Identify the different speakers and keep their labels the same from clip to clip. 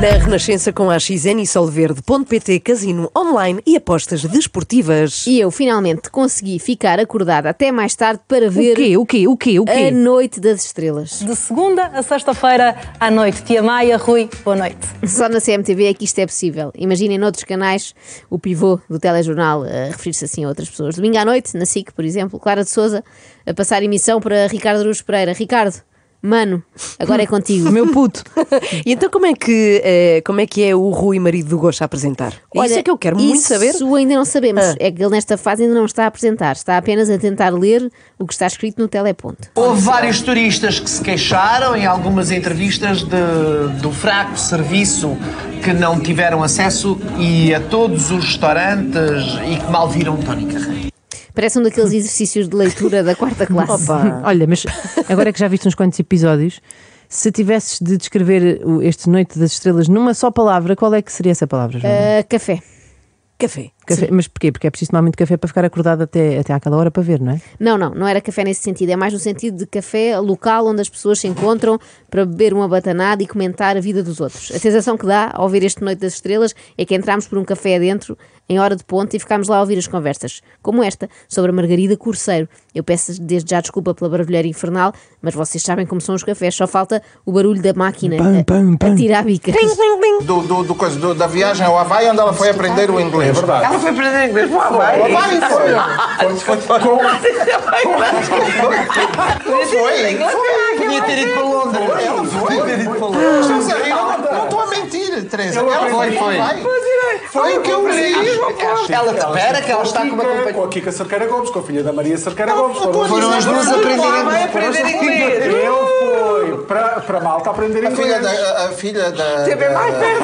Speaker 1: Na Renascença com a XN e Solverde.pt, casino online e apostas desportivas.
Speaker 2: E eu finalmente consegui ficar acordada até mais tarde para ver
Speaker 1: O quê? O quê? O quê? O
Speaker 2: a
Speaker 1: quê?
Speaker 2: Noite das Estrelas.
Speaker 3: De segunda a sexta-feira à noite. Tia Maia, Rui, boa noite.
Speaker 2: Só na CMTV é que isto é possível. Imaginem noutros canais o pivô do telejornal a referir-se assim a outras pessoas. Domingo à noite, na SIC, por exemplo, Clara de Souza a passar emissão para Ricardo Aruz Pereira. Ricardo, mano, agora é contigo.
Speaker 1: Meu puto. e então como é, que, eh, como é que é o Rui, marido do Gosto, a apresentar? isso é que eu quero muito
Speaker 2: isso
Speaker 1: saber.
Speaker 2: ainda não sabemos.
Speaker 1: Ah.
Speaker 2: É que ele nesta fase ainda não está a apresentar. Está apenas a tentar ler o que está escrito no teleponto.
Speaker 4: Houve vários turistas que se queixaram em algumas entrevistas de- do fraco serviço que não tiveram acesso e a todos os restaurantes e que mal viram Tony Carreira.
Speaker 2: Parece um daqueles exercícios de leitura da quarta classe.
Speaker 1: Opa.
Speaker 5: Olha, mas agora que já viste uns quantos episódios, se tivesses de descrever o- este Noite das Estrelas numa só palavra, qual é que seria essa palavra, Joana?
Speaker 2: Ah, café.
Speaker 1: Café.
Speaker 5: Café. Mas porquê? Porque é preciso tomar muito café para ficar acordado até, até àquela hora para ver, não é?
Speaker 2: Não, não, não era café nesse sentido. É mais no sentido de café local onde as pessoas se encontram para beber uma batanada e comentar a vida dos outros. A sensação que dá ao ouvir este Noite das Estrelas é que entramos por um café adentro, em hora de ponta, e ficámos lá a ouvir as conversas, como esta, sobre a Margarida Curseiro. Eu peço desde já desculpa pela barulheira infernal, mas vocês sabem como são os cafés, só falta o barulho da máquina
Speaker 5: Pam,
Speaker 2: a-
Speaker 5: pam, pam.
Speaker 2: a tirar bicas.
Speaker 6: do, do, do coisa- do- da viagem ao Havaí, onde ela foi aprender o inglês. É verdade. Ela foi aprender inglês pro Havaí. Havaí foi. Foi, foi, foi. Com- Não foi. Foi.
Speaker 4: Podia ter ido para Londres.
Speaker 6: Ela foi. Ah. Estamos a rir, eu não- Não estou a mentir, Teresa. Ela foi.
Speaker 4: foi.
Speaker 6: Foi, foi o que eu li.
Speaker 4: Ela te espera que ela está com uma companhia.
Speaker 7: Com a Kika Cercara Gomes, com a filha da Maria Cercara Gomes.
Speaker 6: eu tô a
Speaker 4: Foram as duas a aprenderem inglês.
Speaker 7: Eu fui para, para Malta aprender
Speaker 6: A filha da.
Speaker 7: inglês.
Speaker 6: A, a filha da. Teve mais né?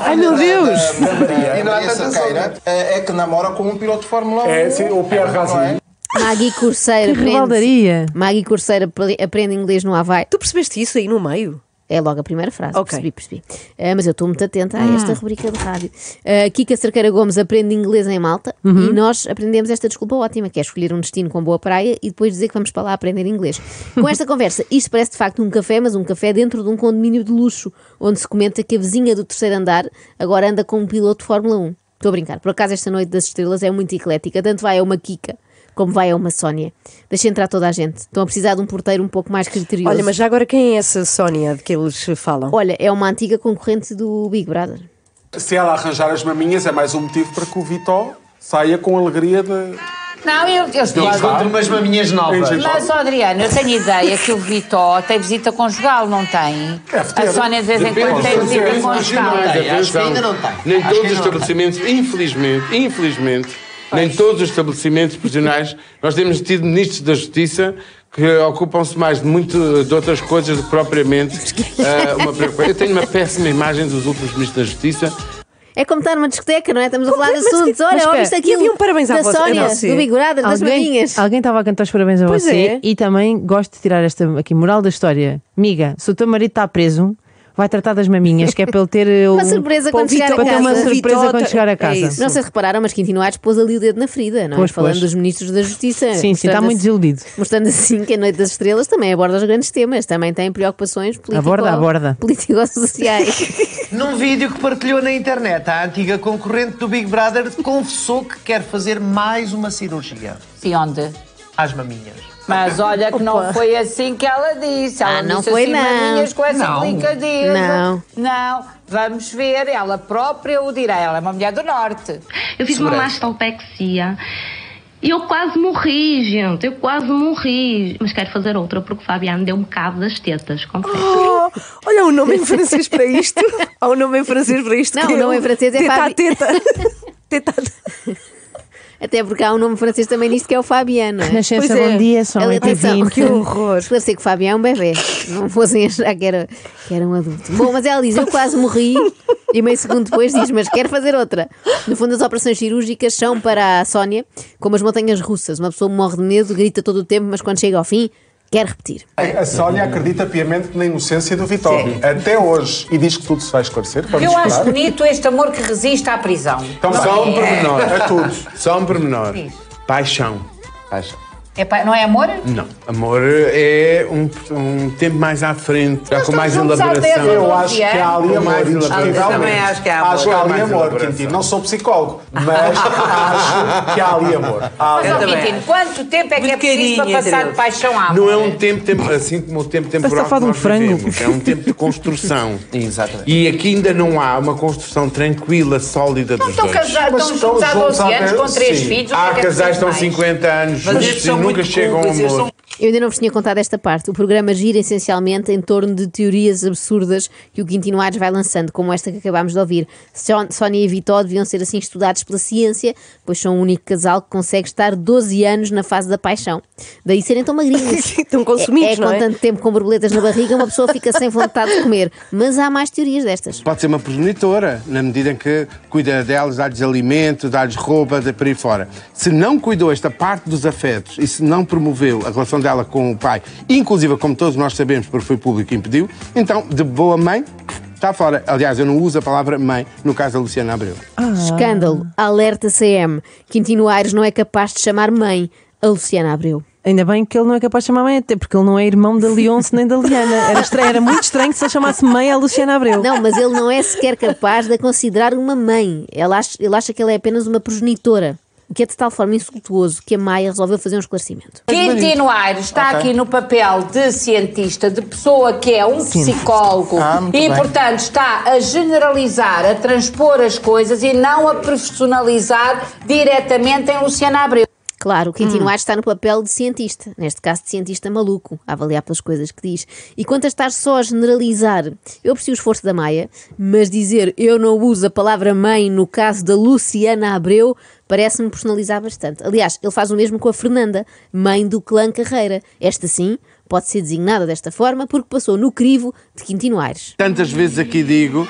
Speaker 6: Ai
Speaker 5: meu Deus.
Speaker 6: E
Speaker 7: Maria.
Speaker 6: não é é que namora com um piloto de Fórmula 1.
Speaker 7: É, sim, o Pierre Razin.
Speaker 2: Maggie Curseiro
Speaker 5: Que
Speaker 2: aprende.
Speaker 5: rebaldaria!
Speaker 2: Maggie Curseiro apre- aprende inglês no Havaí.
Speaker 1: Tu percebeste isso aí no meio?
Speaker 2: É logo a primeira frase,
Speaker 1: Ok.
Speaker 2: percebi, percebi. Ah, mas eu estou muito atenta a esta rubrica de rádio. Ah, Kika Cerqueira Gomes aprende inglês em Malta
Speaker 1: Uhum.
Speaker 2: e nós aprendemos esta desculpa ótima, que é escolher um destino com boa praia e depois dizer que vamos para lá aprender inglês. Com esta conversa, isto parece de facto um café, mas um café dentro de um condomínio de luxo, onde se comenta que a vizinha do terceiro andar agora anda com um piloto de Fórmula 1. Estou a brincar. Por acaso, esta noite das estrelas é muito eclética, tanto vai a uma Kika. Como vai a uma Sónia. Deixa entrar toda a gente. Estão a precisar de um porteiro um pouco mais criterioso.
Speaker 1: Olha, mas já agora quem é essa Sónia de que eles falam?
Speaker 2: Olha, é uma antiga concorrente do Big Brother.
Speaker 7: Se ela arranjar as maminhas, é mais um motivo para que o Vitó saia com alegria de.
Speaker 8: Não, eu, eu estou.
Speaker 7: Eles
Speaker 4: Encontro umas maminhas novas.
Speaker 7: Em
Speaker 5: é-
Speaker 8: Mas, ó, Adriano, eu tenho ideia que o Vitó tem visita conjugal, não tem?
Speaker 7: FTL.
Speaker 8: A Sónia de vez em
Speaker 7: Depende
Speaker 8: quando tem
Speaker 7: dos
Speaker 8: visita
Speaker 7: franceses,
Speaker 8: conjugal.
Speaker 7: imagina,
Speaker 4: Acho que ainda não tem.
Speaker 9: um- Nem
Speaker 4: Acho que
Speaker 9: todos os
Speaker 4: ainda não tem.
Speaker 9: estabelecimentos, infelizmente, infelizmente, nem todos os estabelecimentos prisionais, nós temos tido ministros da Justiça que ocupam-se mais de muito de outras coisas do que propriamente ah, uma preocupação. Eu tenho uma péssima imagem dos últimos ministros da Justiça.
Speaker 2: É como estar numa discoteca, não é? Estamos a falar de
Speaker 1: Mas que-
Speaker 2: assuntos.
Speaker 1: mas
Speaker 2: Olha,
Speaker 1: espera,
Speaker 2: ouviste
Speaker 1: e
Speaker 2: aquilo
Speaker 1: havia um parabéns à
Speaker 2: da
Speaker 1: voz- a
Speaker 2: Sónia,
Speaker 1: você?
Speaker 2: do Big Brother, das
Speaker 5: Alguém,
Speaker 2: maminhas.
Speaker 5: alguém estava a cantar os parabéns a
Speaker 1: Pois
Speaker 5: você
Speaker 1: é.
Speaker 5: e também gosto de tirar esta aqui moral da história. Miga, se o teu marido está preso, vai tratar das maminhas, que é para ele ter eh,
Speaker 2: Uma
Speaker 5: um-
Speaker 2: surpresa
Speaker 5: para o
Speaker 2: quando chegar
Speaker 5: Vitó-
Speaker 2: a
Speaker 5: para ter uma
Speaker 2: casa.
Speaker 5: surpresa
Speaker 1: Vitó-
Speaker 5: quando chegar
Speaker 1: é
Speaker 5: a casa.
Speaker 1: isso.
Speaker 2: Não sei se repararam, mas Quintino Aires pôs ali o dedo na ferida, não é?
Speaker 5: Pois,
Speaker 2: Falando
Speaker 5: pois.
Speaker 2: dos ministros da Justiça.
Speaker 5: Sim, sim, está
Speaker 2: mostrando assim-
Speaker 5: muito desiludido.
Speaker 2: Mostrando assim que a Noite das Estrelas também aborda os grandes temas, também tem preocupações político-
Speaker 5: Aborda, aborda.
Speaker 2: político-sociais.
Speaker 4: Num vídeo que partilhou na internet, a antiga concorrente do Big Brother confessou que quer fazer mais uma cirurgia
Speaker 8: Sim, onde?
Speaker 4: às maminhas.
Speaker 8: Mas olha que não foi assim que ela disse. Ela
Speaker 2: Ah, não
Speaker 8: disse
Speaker 2: foi,
Speaker 8: assim,
Speaker 2: não.
Speaker 8: maninhas com essa
Speaker 4: Não.
Speaker 8: delicadeza.
Speaker 2: Não.
Speaker 8: Não. Vamos ver, ela própria o dirá. Ela é uma mulher do Norte.
Speaker 10: Eu fiz uma mastopexia. E eu quase morri, gente. Eu quase morri. Mas quero fazer outra porque o Fabiano deu-me cabo das tetas, confesso.
Speaker 1: Oh, olha, há um nome em francês para isto. Há um nome em francês para isto.
Speaker 2: Não,
Speaker 1: que
Speaker 2: o nome
Speaker 1: eu-
Speaker 2: em francês é
Speaker 1: teta
Speaker 2: Fabi-
Speaker 1: a Teta. teta a-
Speaker 2: Até porque há um nome francês também nisto que é o Fabiano. não é?
Speaker 5: Renascença,
Speaker 1: Pois é.
Speaker 5: bom dia, são
Speaker 2: Olha, atenção,
Speaker 5: 8h20.
Speaker 1: Que horror.
Speaker 2: Esclarecer que o Fabiano é um bebê. Não fossem achar que era, que era um adulto. Bom, mas ela diz: Eu quase morri. E meio segundo depois diz: Mas quero fazer outra. No fundo, as operações cirúrgicas são para a Sónia como as montanhas russas. Uma pessoa morre de medo, grita todo o tempo, mas quando chega ao fim, quer repetir.
Speaker 7: A a Sónia acredita piamente na inocência do Vitó. Até hoje. E diz que tudo se vai esclarecer. Vamos
Speaker 8: Eu acho
Speaker 7: esperar.
Speaker 8: bonito este amor que resiste à prisão.
Speaker 11: é.
Speaker 7: Então,
Speaker 9: Só um
Speaker 7: vá.
Speaker 9: pormenor.
Speaker 7: É tudo.
Speaker 9: Só um pormenor. Paixão. Paixão.
Speaker 8: É pa- não é amor?
Speaker 9: Não. Amor é um, um tempo mais à frente, já com
Speaker 8: estamos
Speaker 9: mais
Speaker 8: juntos há
Speaker 9: elaboração.
Speaker 8: 10 ou
Speaker 7: Eu acho que há ali
Speaker 9: Com
Speaker 7: amor,
Speaker 9: mais
Speaker 7: indiscutivelmente.
Speaker 9: elaboração.
Speaker 11: também acho que há amor.
Speaker 7: Acho que há ali
Speaker 9: Mais
Speaker 7: amor,
Speaker 9: elaboração.
Speaker 7: Quintino. Não sou psicólogo, mas acho que há ali amor. Há ali
Speaker 8: Mas, ó,
Speaker 7: amor.
Speaker 8: Quintino, quanto tempo é que é preciso para
Speaker 11: carinho entre
Speaker 8: passar de
Speaker 11: eles.
Speaker 8: paixão à
Speaker 9: Não é um tempo, tempo- assim como o
Speaker 11: tá
Speaker 9: tempo temporal.
Speaker 5: Parece que está a falar de um
Speaker 9: que nós
Speaker 5: frango.
Speaker 9: vivemos. É um tempo de construção.
Speaker 11: Exatamente.
Speaker 9: E aqui ainda não há uma construção tranquila, sólida
Speaker 8: Não
Speaker 9: dos
Speaker 8: estão
Speaker 9: dois.
Speaker 8: casados,
Speaker 7: Mas
Speaker 8: estão juntos há
Speaker 7: juntos
Speaker 8: 12
Speaker 7: há
Speaker 8: anos, com
Speaker 7: dez-
Speaker 8: 3
Speaker 7: sim.
Speaker 8: filhos. o que é
Speaker 9: Há
Speaker 8: que é
Speaker 9: casais que estão
Speaker 8: preciso mais?
Speaker 9: 50 anos
Speaker 11: Mas estes são
Speaker 9: juntos e nunca
Speaker 11: muito
Speaker 9: chegam ao
Speaker 11: cúmplices,
Speaker 9: amor.
Speaker 11: eles são
Speaker 2: Eu ainda não vos tinha contado esta parte. O programa gira essencialmente em torno de teorias absurdas que o Quintino Aires vai lançando, como esta que acabámos de ouvir. Son- Sónia e Vitó deviam ser assim estudados pela ciência, pois são o único casal que consegue estar 12 anos na fase da paixão. Daí serem tão magrinhos.
Speaker 1: Sim, tão consumidos,
Speaker 2: é, é,
Speaker 1: não é?
Speaker 2: Com tanto tempo com borboletas na barriga, uma pessoa fica sem vontade de comer. Mas há mais teorias destas.
Speaker 9: Pode ser uma progenitora, na medida em que cuida delas, dá-lhes alimento, dá-lhes roupa, de por aí fora. Se não cuidou esta parte dos afetos e se não promoveu a relação dela com o pai, inclusive, como todos nós sabemos, porque foi público que impediu, então, de boa mãe, está fora. Aliás, eu não uso a palavra mãe, no caso da Luciana Abreu.
Speaker 1: Ah.
Speaker 5: Ah,
Speaker 2: Escândalo. Alerta CM. Quintino Aires não é capaz de chamar mãe a Luciana Abreu.
Speaker 5: Ainda bem que ele não é capaz de chamar mãe, até porque ele não é irmão da Leonce nem da Liana. Era, estranho, era muito estranho se ele chamasse mãe à Luciana Abreu.
Speaker 2: Não, mas ele não é sequer capaz de a considerar uma mãe. Ele acha, ele acha que ela é apenas uma progenitora. O que é de tal forma insultuoso que a Maia resolveu fazer um esclarecimento.
Speaker 8: Quintino Aires está aqui no papel de cientista, de pessoa que é um psicólogo
Speaker 6: Ah, muito
Speaker 8: e,
Speaker 6: bem.
Speaker 8: portanto, está a generalizar, a transpor as coisas e não a profissionalizar diretamente em Luciana Abreu.
Speaker 2: Claro, o Quintino Aires está no papel de cientista, neste caso de cientista maluco, a avaliar pelas coisas que diz. E quanto a estar só a generalizar, eu aprecio o esforço da Maia, mas dizer eu não uso a palavra mãe no caso da Luciana Abreu parece-me personalizar bastante. Aliás, ele faz o mesmo com a Fernanda, mãe do clã Carreira. Esta sim pode ser designada desta forma porque passou no crivo de Quintino Aires.
Speaker 9: Tantas vezes aqui digo,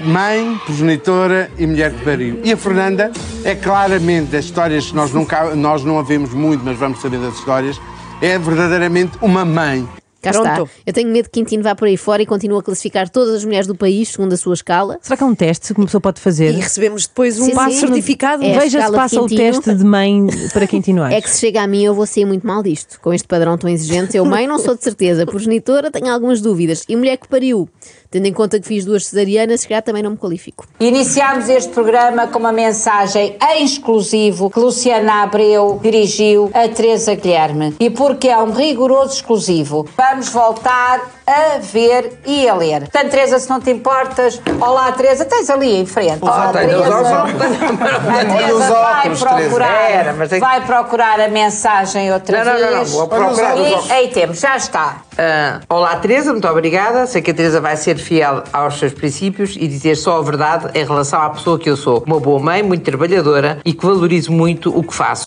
Speaker 9: mãe, progenitora e mulher que pariu. E a Fernanda é claramente das histórias que nós, nunca, nós não a vemos muito, mas vamos saber das histórias, é verdadeiramente uma mãe.
Speaker 2: Cá
Speaker 1: Pronto.
Speaker 2: está. Eu tenho medo que Quintino vá por aí fora e continue a classificar todas as mulheres do país segundo a sua escala.
Speaker 5: Será que é um teste que uma pessoa pode
Speaker 1: E
Speaker 5: fazer?
Speaker 1: recebemos depois um
Speaker 2: Sim,
Speaker 1: passo
Speaker 2: sim.
Speaker 1: certificado.
Speaker 2: É.
Speaker 1: Veja-
Speaker 5: Veja se
Speaker 2: escala de
Speaker 5: passa o
Speaker 2: Quintino.
Speaker 5: teste de mãe para Quintino Aires.
Speaker 2: É que se chega a mim, eu vou sair muito mal disto. Com este padrão tão exigente, eu mãe não sou de certeza. Progenitora, tenho algumas dúvidas. E mulher que pariu. Tendo em conta que fiz duas cesarianas, se calhar também não me qualifico.
Speaker 8: Iniciámos este programa com uma mensagem em exclusivo que Luciana Abreu dirigiu a Teresa Guilherme. E porque é um rigoroso exclusivo, vamos voltar a ver e a ler. Portanto, Teresa, se não te importas, olá Teresa, tens ali em frente. Olá,
Speaker 11: tem
Speaker 8: Teresa.
Speaker 11: os óculos.
Speaker 8: A
Speaker 11: Olha os
Speaker 8: Teresa vai
Speaker 11: óculos,
Speaker 8: procurar,
Speaker 11: Teresa. Era, mas é que-
Speaker 8: vai procurar a mensagem outra
Speaker 11: Não, não, não, não,
Speaker 8: vez.
Speaker 11: vou procurar os óculos.
Speaker 8: E aí temos, já está.
Speaker 11: Ah, olá, Teresa, muito obrigada. Sei que a Teresa vai ser fiel aos seus princípios e dizer só a verdade em relação à pessoa que eu sou. Uma boa mãe, muito trabalhadora e que valorizo muito o que faço.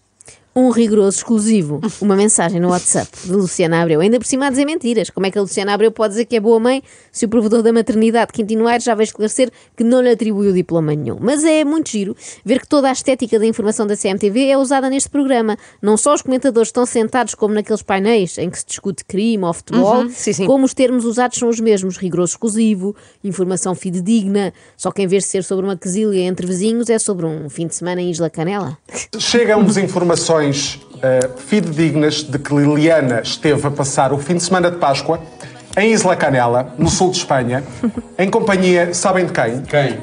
Speaker 2: Um rigoroso exclusivo. Uma mensagem no WhatsApp de Luciana Abreu. Ainda por cima a dizer mentiras. Como é que a Luciana Abreu pode dizer que é boa mãe se o provedor da maternidade, Quintino Aires, já vai esclarecer que não lhe atribuiu diploma nenhum? Mas é muito giro ver que toda a estética da informação da CMTV é usada neste programa. Não só os comentadores estão sentados como naqueles painéis em que se discute crime ou futebol,
Speaker 1: Uhum, sim, sim.
Speaker 2: como os termos usados são os mesmos, rigoroso exclusivo, informação fidedigna, só que em vez de ser sobre uma quesilha entre vizinhos, é sobre um fim de semana em Isla Canela.
Speaker 7: Chegam-nos informações eh, fidedignas de que Liliana esteve a passar o fim de semana de Páscoa em Isla Canela, no sul de Espanha, em companhia, sabem de quem?
Speaker 9: Quem?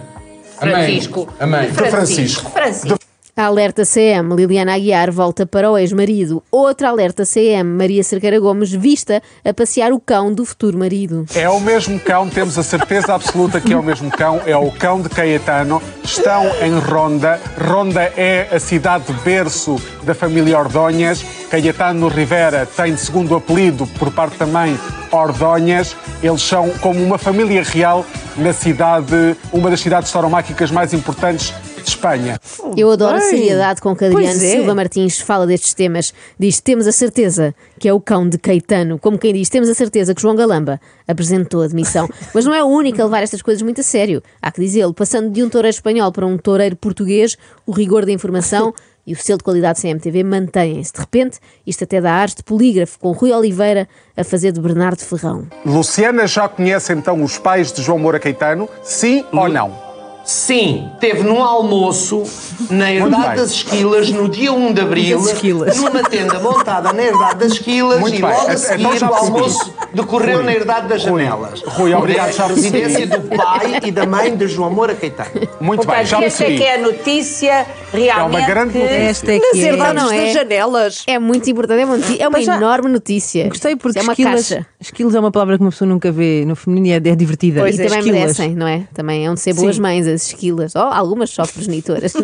Speaker 8: Francisco.
Speaker 7: De Francisco.
Speaker 8: Francisco.
Speaker 2: Alerta CM, Liliana Aguiar volta para o ex-marido. Outra alerta CM, Maria Cerqueira Gomes vista a passear o cão do futuro marido.
Speaker 7: É o mesmo cão, temos a certeza absoluta que é o mesmo cão, é o cão de Caetano. Estão em Ronda. Ronda é a cidade de berço da família Ordonhas. Caetano Rivera tem de segundo apelido por parte da mãe Ordonhas. Eles são como uma família real na cidade, uma das cidades tauromáquicas mais importantes de Espanha.
Speaker 2: Eu adoro a
Speaker 1: bem.
Speaker 2: seriedade com que Adriano
Speaker 1: Pois é.
Speaker 2: Silva Martins fala destes temas. Diz: Temos a certeza que é o cão de Caetano. Como quem diz: Temos a certeza que João Galamba apresentou a demissão. Mas não é o único a levar estas coisas muito a sério. Há que dizê-lo: passando de um toureiro espanhol para um toureiro português, o rigor da informação. E o selo de qualidade CMTV mantém-se. De repente, isto até dá ares de polígrafo, com Rui Oliveira a fazer de Bernardo Ferrão.
Speaker 8: Hum.
Speaker 7: Luciana já conhece então os pais de João Moura Caetano? Sim ou não?
Speaker 4: Sim, teve num almoço na Herdade
Speaker 6: bem.
Speaker 4: das Esquilas, no dia 1 de Abril,
Speaker 6: Das Esquilas.
Speaker 4: numa tenda montada na Herdade das Esquilas
Speaker 6: Muito
Speaker 4: e
Speaker 6: bem.
Speaker 4: logo a
Speaker 6: Então
Speaker 4: seguir
Speaker 6: já
Speaker 4: o
Speaker 6: percebi.
Speaker 4: almoço decorreu
Speaker 6: Rui,
Speaker 4: na Herdade das Janelas.
Speaker 6: Rui, obrigado, já percebi.
Speaker 4: residência do pai e da mãe de João Moura Caetano.
Speaker 6: Muito
Speaker 8: Portanto, esta é que é a notícia
Speaker 7: É
Speaker 8: realmente. que-
Speaker 2: Nas herdades das janelas. É muito importante, é uma, noti- é uma
Speaker 5: Mas já-
Speaker 2: enorme notícia. Gostei
Speaker 5: Porque
Speaker 2: é uma
Speaker 5: esquilas,
Speaker 2: caixa.
Speaker 5: esquilas é uma palavra que uma pessoa nunca vê no feminino e é, é divertida.
Speaker 2: e também merecem, não é? Também é um de ser boas
Speaker 5: Sim.
Speaker 2: mães, as esquilas. Ou algumas só progenitoras.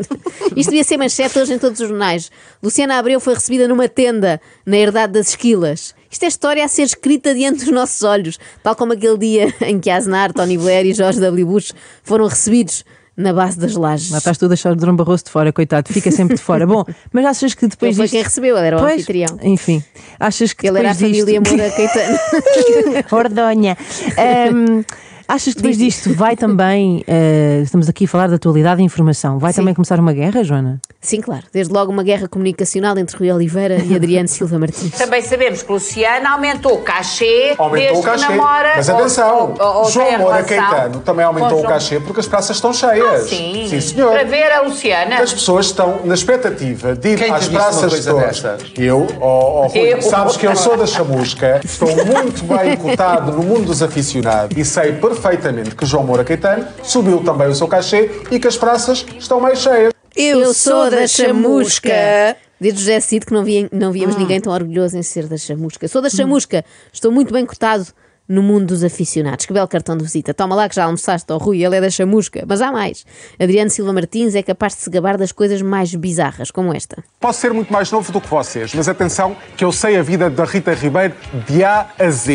Speaker 2: Isto devia ser manchete hoje em todos os jornais. Luciana Abreu foi recebida numa tenda na herdade das esquilas. Isto é história a ser escrita diante dos nossos olhos. Tal como aquele dia em que Aznar, Tony Blair e Jorge W. Bush foram recebidos na base das lajes.
Speaker 5: Lá estás tu a deixar o Drão Barroso de fora, coitado, fica sempre de fora. Bom, mas achas que depois.
Speaker 2: Ele foi
Speaker 5: disto-
Speaker 2: quem recebeu, ele era o
Speaker 5: Pois,
Speaker 2: anfitrião.
Speaker 5: Enfim, achas que
Speaker 2: Ele era a
Speaker 5: depois disto...
Speaker 2: família Moura Caetano.
Speaker 5: Ordonha. Ahm, achas que depois disto vai também. eh, estamos aqui a falar da atualidade e informação. Vai também começar uma guerra, Joana?
Speaker 2: Sim, claro. Desde logo uma guerra comunicacional entre Rui Oliveira e Adriano Silva Martins.
Speaker 8: Também sabemos que Luciana aumentou o cachê
Speaker 7: Aumentou
Speaker 8: desde
Speaker 7: o cachê.
Speaker 8: que namora.
Speaker 7: Mas atenção,
Speaker 8: ou- ou- ou tem
Speaker 7: João Moura
Speaker 8: relação
Speaker 7: Caetano também aumentou
Speaker 8: com
Speaker 7: o
Speaker 8: João-
Speaker 7: cachê porque as praças estão cheias.
Speaker 8: Ah, sim.
Speaker 7: sim, senhor.
Speaker 8: Para ver né? a Luciana.
Speaker 7: As pessoas estão na expectativa de ir
Speaker 8: Quem te
Speaker 7: às
Speaker 8: disse uma
Speaker 7: praças
Speaker 8: coisa
Speaker 7: todas. Eu, ó, ó, Rui,
Speaker 8: Eu.
Speaker 7: sabes que eu sou da chamusca, estou muito bem cotado no mundo dos aficionados e sei perfeitamente que João Moura Caetano subiu também o seu cachê e que as praças estão mais cheias.
Speaker 2: Eu,
Speaker 1: sou da chamusca. Ah.
Speaker 2: Desde José Cid que não, vi- não víamos ninguém tão orgulhoso em ser da chamusca. Sou da chamusca, estou muito bem cotado no mundo dos aficionados. Que belo cartão de visita. Toma lá que já almoçaste ao Rui, ele é da chamusca. Mas há mais. Adriano Silva Martins é capaz de se gabar das coisas mais bizarras, como esta.
Speaker 7: Posso ser muito mais novo do que vocês, mas atenção que eu sei a vida da Rita Ribeiro de A a Z.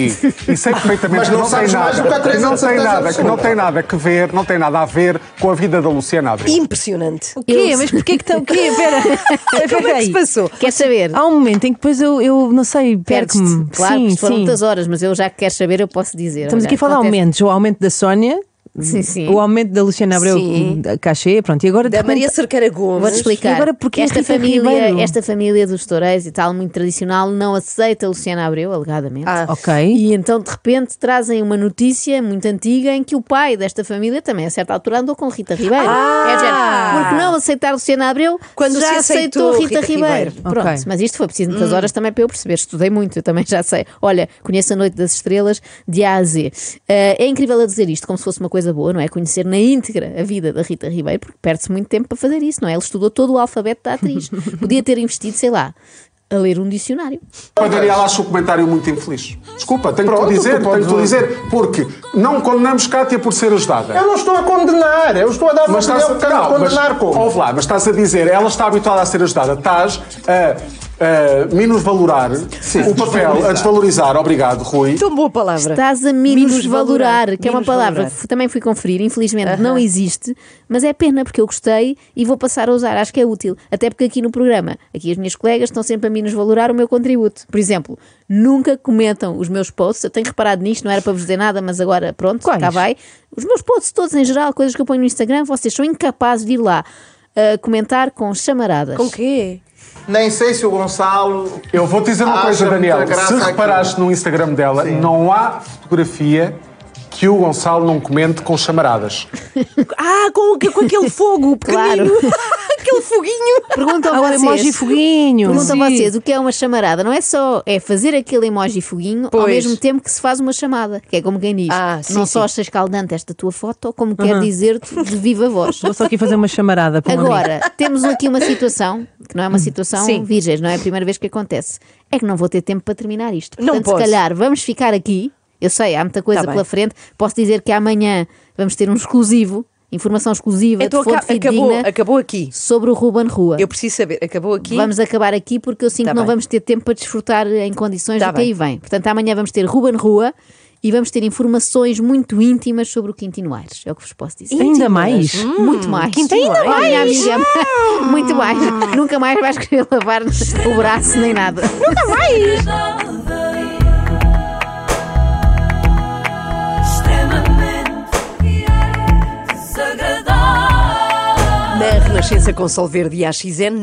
Speaker 7: E sei perfeitamente
Speaker 6: Mas
Speaker 7: que
Speaker 6: não
Speaker 7: não tem
Speaker 6: sabes mais
Speaker 7: nada.
Speaker 6: do que a Teresa,
Speaker 7: não
Speaker 6: de
Speaker 7: tem
Speaker 6: certeza
Speaker 7: nada, que
Speaker 6: absoluta.
Speaker 7: não tem nada que ver, não tem nada a ver com a vida da Luciana Abreu.
Speaker 1: Impressionante.
Speaker 5: O quê? Mas porquê que estão. O quê? Espera.
Speaker 1: Como é que se passou?
Speaker 2: Quer saber?
Speaker 5: Há um momento em que depois eu, eu não sei, perco-me.
Speaker 2: Perdes-te. Claro, um
Speaker 5: sim,
Speaker 2: porque foram
Speaker 5: sim.
Speaker 2: muitas horas, mas eu já que quero saber, eu posso dizer.
Speaker 5: Estamos
Speaker 2: Olha,
Speaker 5: aqui a falar de
Speaker 2: acontece-
Speaker 5: aumentos. O aumento da Sónia.
Speaker 2: Sim, sim.
Speaker 5: O aumento da Luciana Abreu
Speaker 2: Sim.
Speaker 5: da cachê, pronto. E agora de
Speaker 1: Da Maria
Speaker 5: repente-
Speaker 1: Cerqueira Gomes.
Speaker 2: Vou-te explicar.
Speaker 5: E agora porque
Speaker 2: esta
Speaker 5: Rita
Speaker 2: família,
Speaker 5: Ribeiro?
Speaker 2: esta família dos toureiros e tal, muito tradicional, não aceita Luciana Abreu, alegadamente.
Speaker 5: Ok.
Speaker 2: E então, de repente, trazem uma notícia muito antiga em que o pai desta família também, a certa altura, andou com Rita Ribeiro.
Speaker 1: Ah!
Speaker 2: É do género, porque não aceitar Luciana Abreu
Speaker 1: Quando
Speaker 2: já
Speaker 1: se aceitou
Speaker 2: aceitou Rita,
Speaker 1: Rita
Speaker 2: Ribeiro.
Speaker 1: Ribeiro.
Speaker 2: Pronto,
Speaker 1: Ok.
Speaker 2: mas isto foi preciso muitas horas também para eu perceber. Estudei muito, eu também já sei. Olha, conheço a Noite das Estrelas de A a Z. Eh, é incrível a dizer isto como se fosse uma coisa boa, não é? Conhecer na íntegra a vida da Rita Ribeiro, porque perde-se muito tempo para fazer isso, não é? Ela estudou todo o alfabeto da atriz. Podia ter investido, sei lá, a ler um dicionário.
Speaker 7: Mas Daniel, acho o comentário muito infeliz. Desculpa, tenho que
Speaker 6: Pronto,
Speaker 7: te dizer,
Speaker 6: tu
Speaker 7: tenho
Speaker 6: podes
Speaker 7: que te dizer, porque não condenamos Cátia por ser ajudada.
Speaker 6: Eu não estou a condenar, eu estou a dar uma
Speaker 7: Mas estás
Speaker 6: opinião que eu não
Speaker 7: não, mas,
Speaker 6: condenar como.
Speaker 7: ouve lá, mas estás a dizer, ela está habituada a ser ajudada, estás a, a menosvalorar o papel, a desvalorizar, obrigado, Rui.
Speaker 1: Tão é boa palavra.
Speaker 2: Estás a minusvalorar,
Speaker 1: Minusvalorar.
Speaker 2: que é uma palavra que f- também fui conferir, infelizmente não existe, mas é pena porque eu gostei e vou passar a usar, acho que é útil. Até porque aqui no programa, aqui as minhas colegas estão sempre a minusvalorar o meu contributo. Por exemplo, nunca comentam os meus posts, eu tenho reparado nisto, não era para vos dizer nada, mas agora pronto, cá vai. Os meus posts todos em geral, coisas que eu ponho no Instagram, vocês são incapazes de ir lá ah, comentar com chamaradas.
Speaker 1: Com quê?
Speaker 6: Oh, Nem sei se o Gonçalo.
Speaker 7: Eu vou te dizer uma
Speaker 6: Acha
Speaker 7: coisa,
Speaker 6: muita
Speaker 7: Daniel.
Speaker 6: graça
Speaker 7: Se
Speaker 6: aquilo.
Speaker 7: reparaste no Instagram dela, não há fotografia que o Gonçalo não comente com chamaradas.
Speaker 1: Ah, com, com aquele fogo pequenino. aquele foguinho.
Speaker 2: Perguntam
Speaker 5: Ah, o
Speaker 2: vocês.
Speaker 5: emoji foguinho.
Speaker 2: Perguntam
Speaker 5: Sim.
Speaker 2: vocês o que é uma chamarada. Não é só é fazer aquele emoji foguinho ao
Speaker 1: Pois.
Speaker 2: mesmo tempo que se faz uma chamada, que é como quem diz.
Speaker 1: Ah, sim,
Speaker 2: não
Speaker 1: sim.
Speaker 2: só achas escaldante esta tua foto, como quer dizer-te de viva voz.
Speaker 5: Vou só aqui fazer uma chamarada para um amigo.
Speaker 2: Agora, temos aqui uma situação, que não
Speaker 1: Hum,
Speaker 2: é uma situação virgem, não é a primeira vez que acontece. É que não vou ter tempo para terminar isto.
Speaker 1: Não
Speaker 2: Portanto,
Speaker 1: posso.
Speaker 2: se calhar vamos ficar aqui. Eu sei, há muita coisa
Speaker 1: Tá bem.
Speaker 2: pela frente. Posso dizer que amanhã vamos ter um exclusivo, informação exclusiva
Speaker 1: Então
Speaker 2: de fonte
Speaker 1: aca- acabou,
Speaker 2: fidedigna
Speaker 1: acabou aqui.
Speaker 2: sobre o Ruben Rua.
Speaker 1: Eu preciso saber. Acabou aqui.
Speaker 2: Vamos acabar aqui porque eu sinto
Speaker 1: Tá
Speaker 2: que não
Speaker 1: bem.
Speaker 2: vamos ter tempo para desfrutar em condições
Speaker 1: Tá
Speaker 2: do que aí vem. Portanto, amanhã vamos ter Ruben Rua e vamos ter informações muito íntimas sobre o Quintino Aires. É o que vos posso dizer. Hum,
Speaker 5: Ainda mais?
Speaker 2: Muito mais.
Speaker 1: Quintino Ainda Aires.
Speaker 2: Olha, amiga, muito mais. Nunca mais vais querer lavar o braço nem nada. Nunca mais.
Speaker 12: Extremamente desagradável.
Speaker 1: Na Renascença com Solverde e AXN.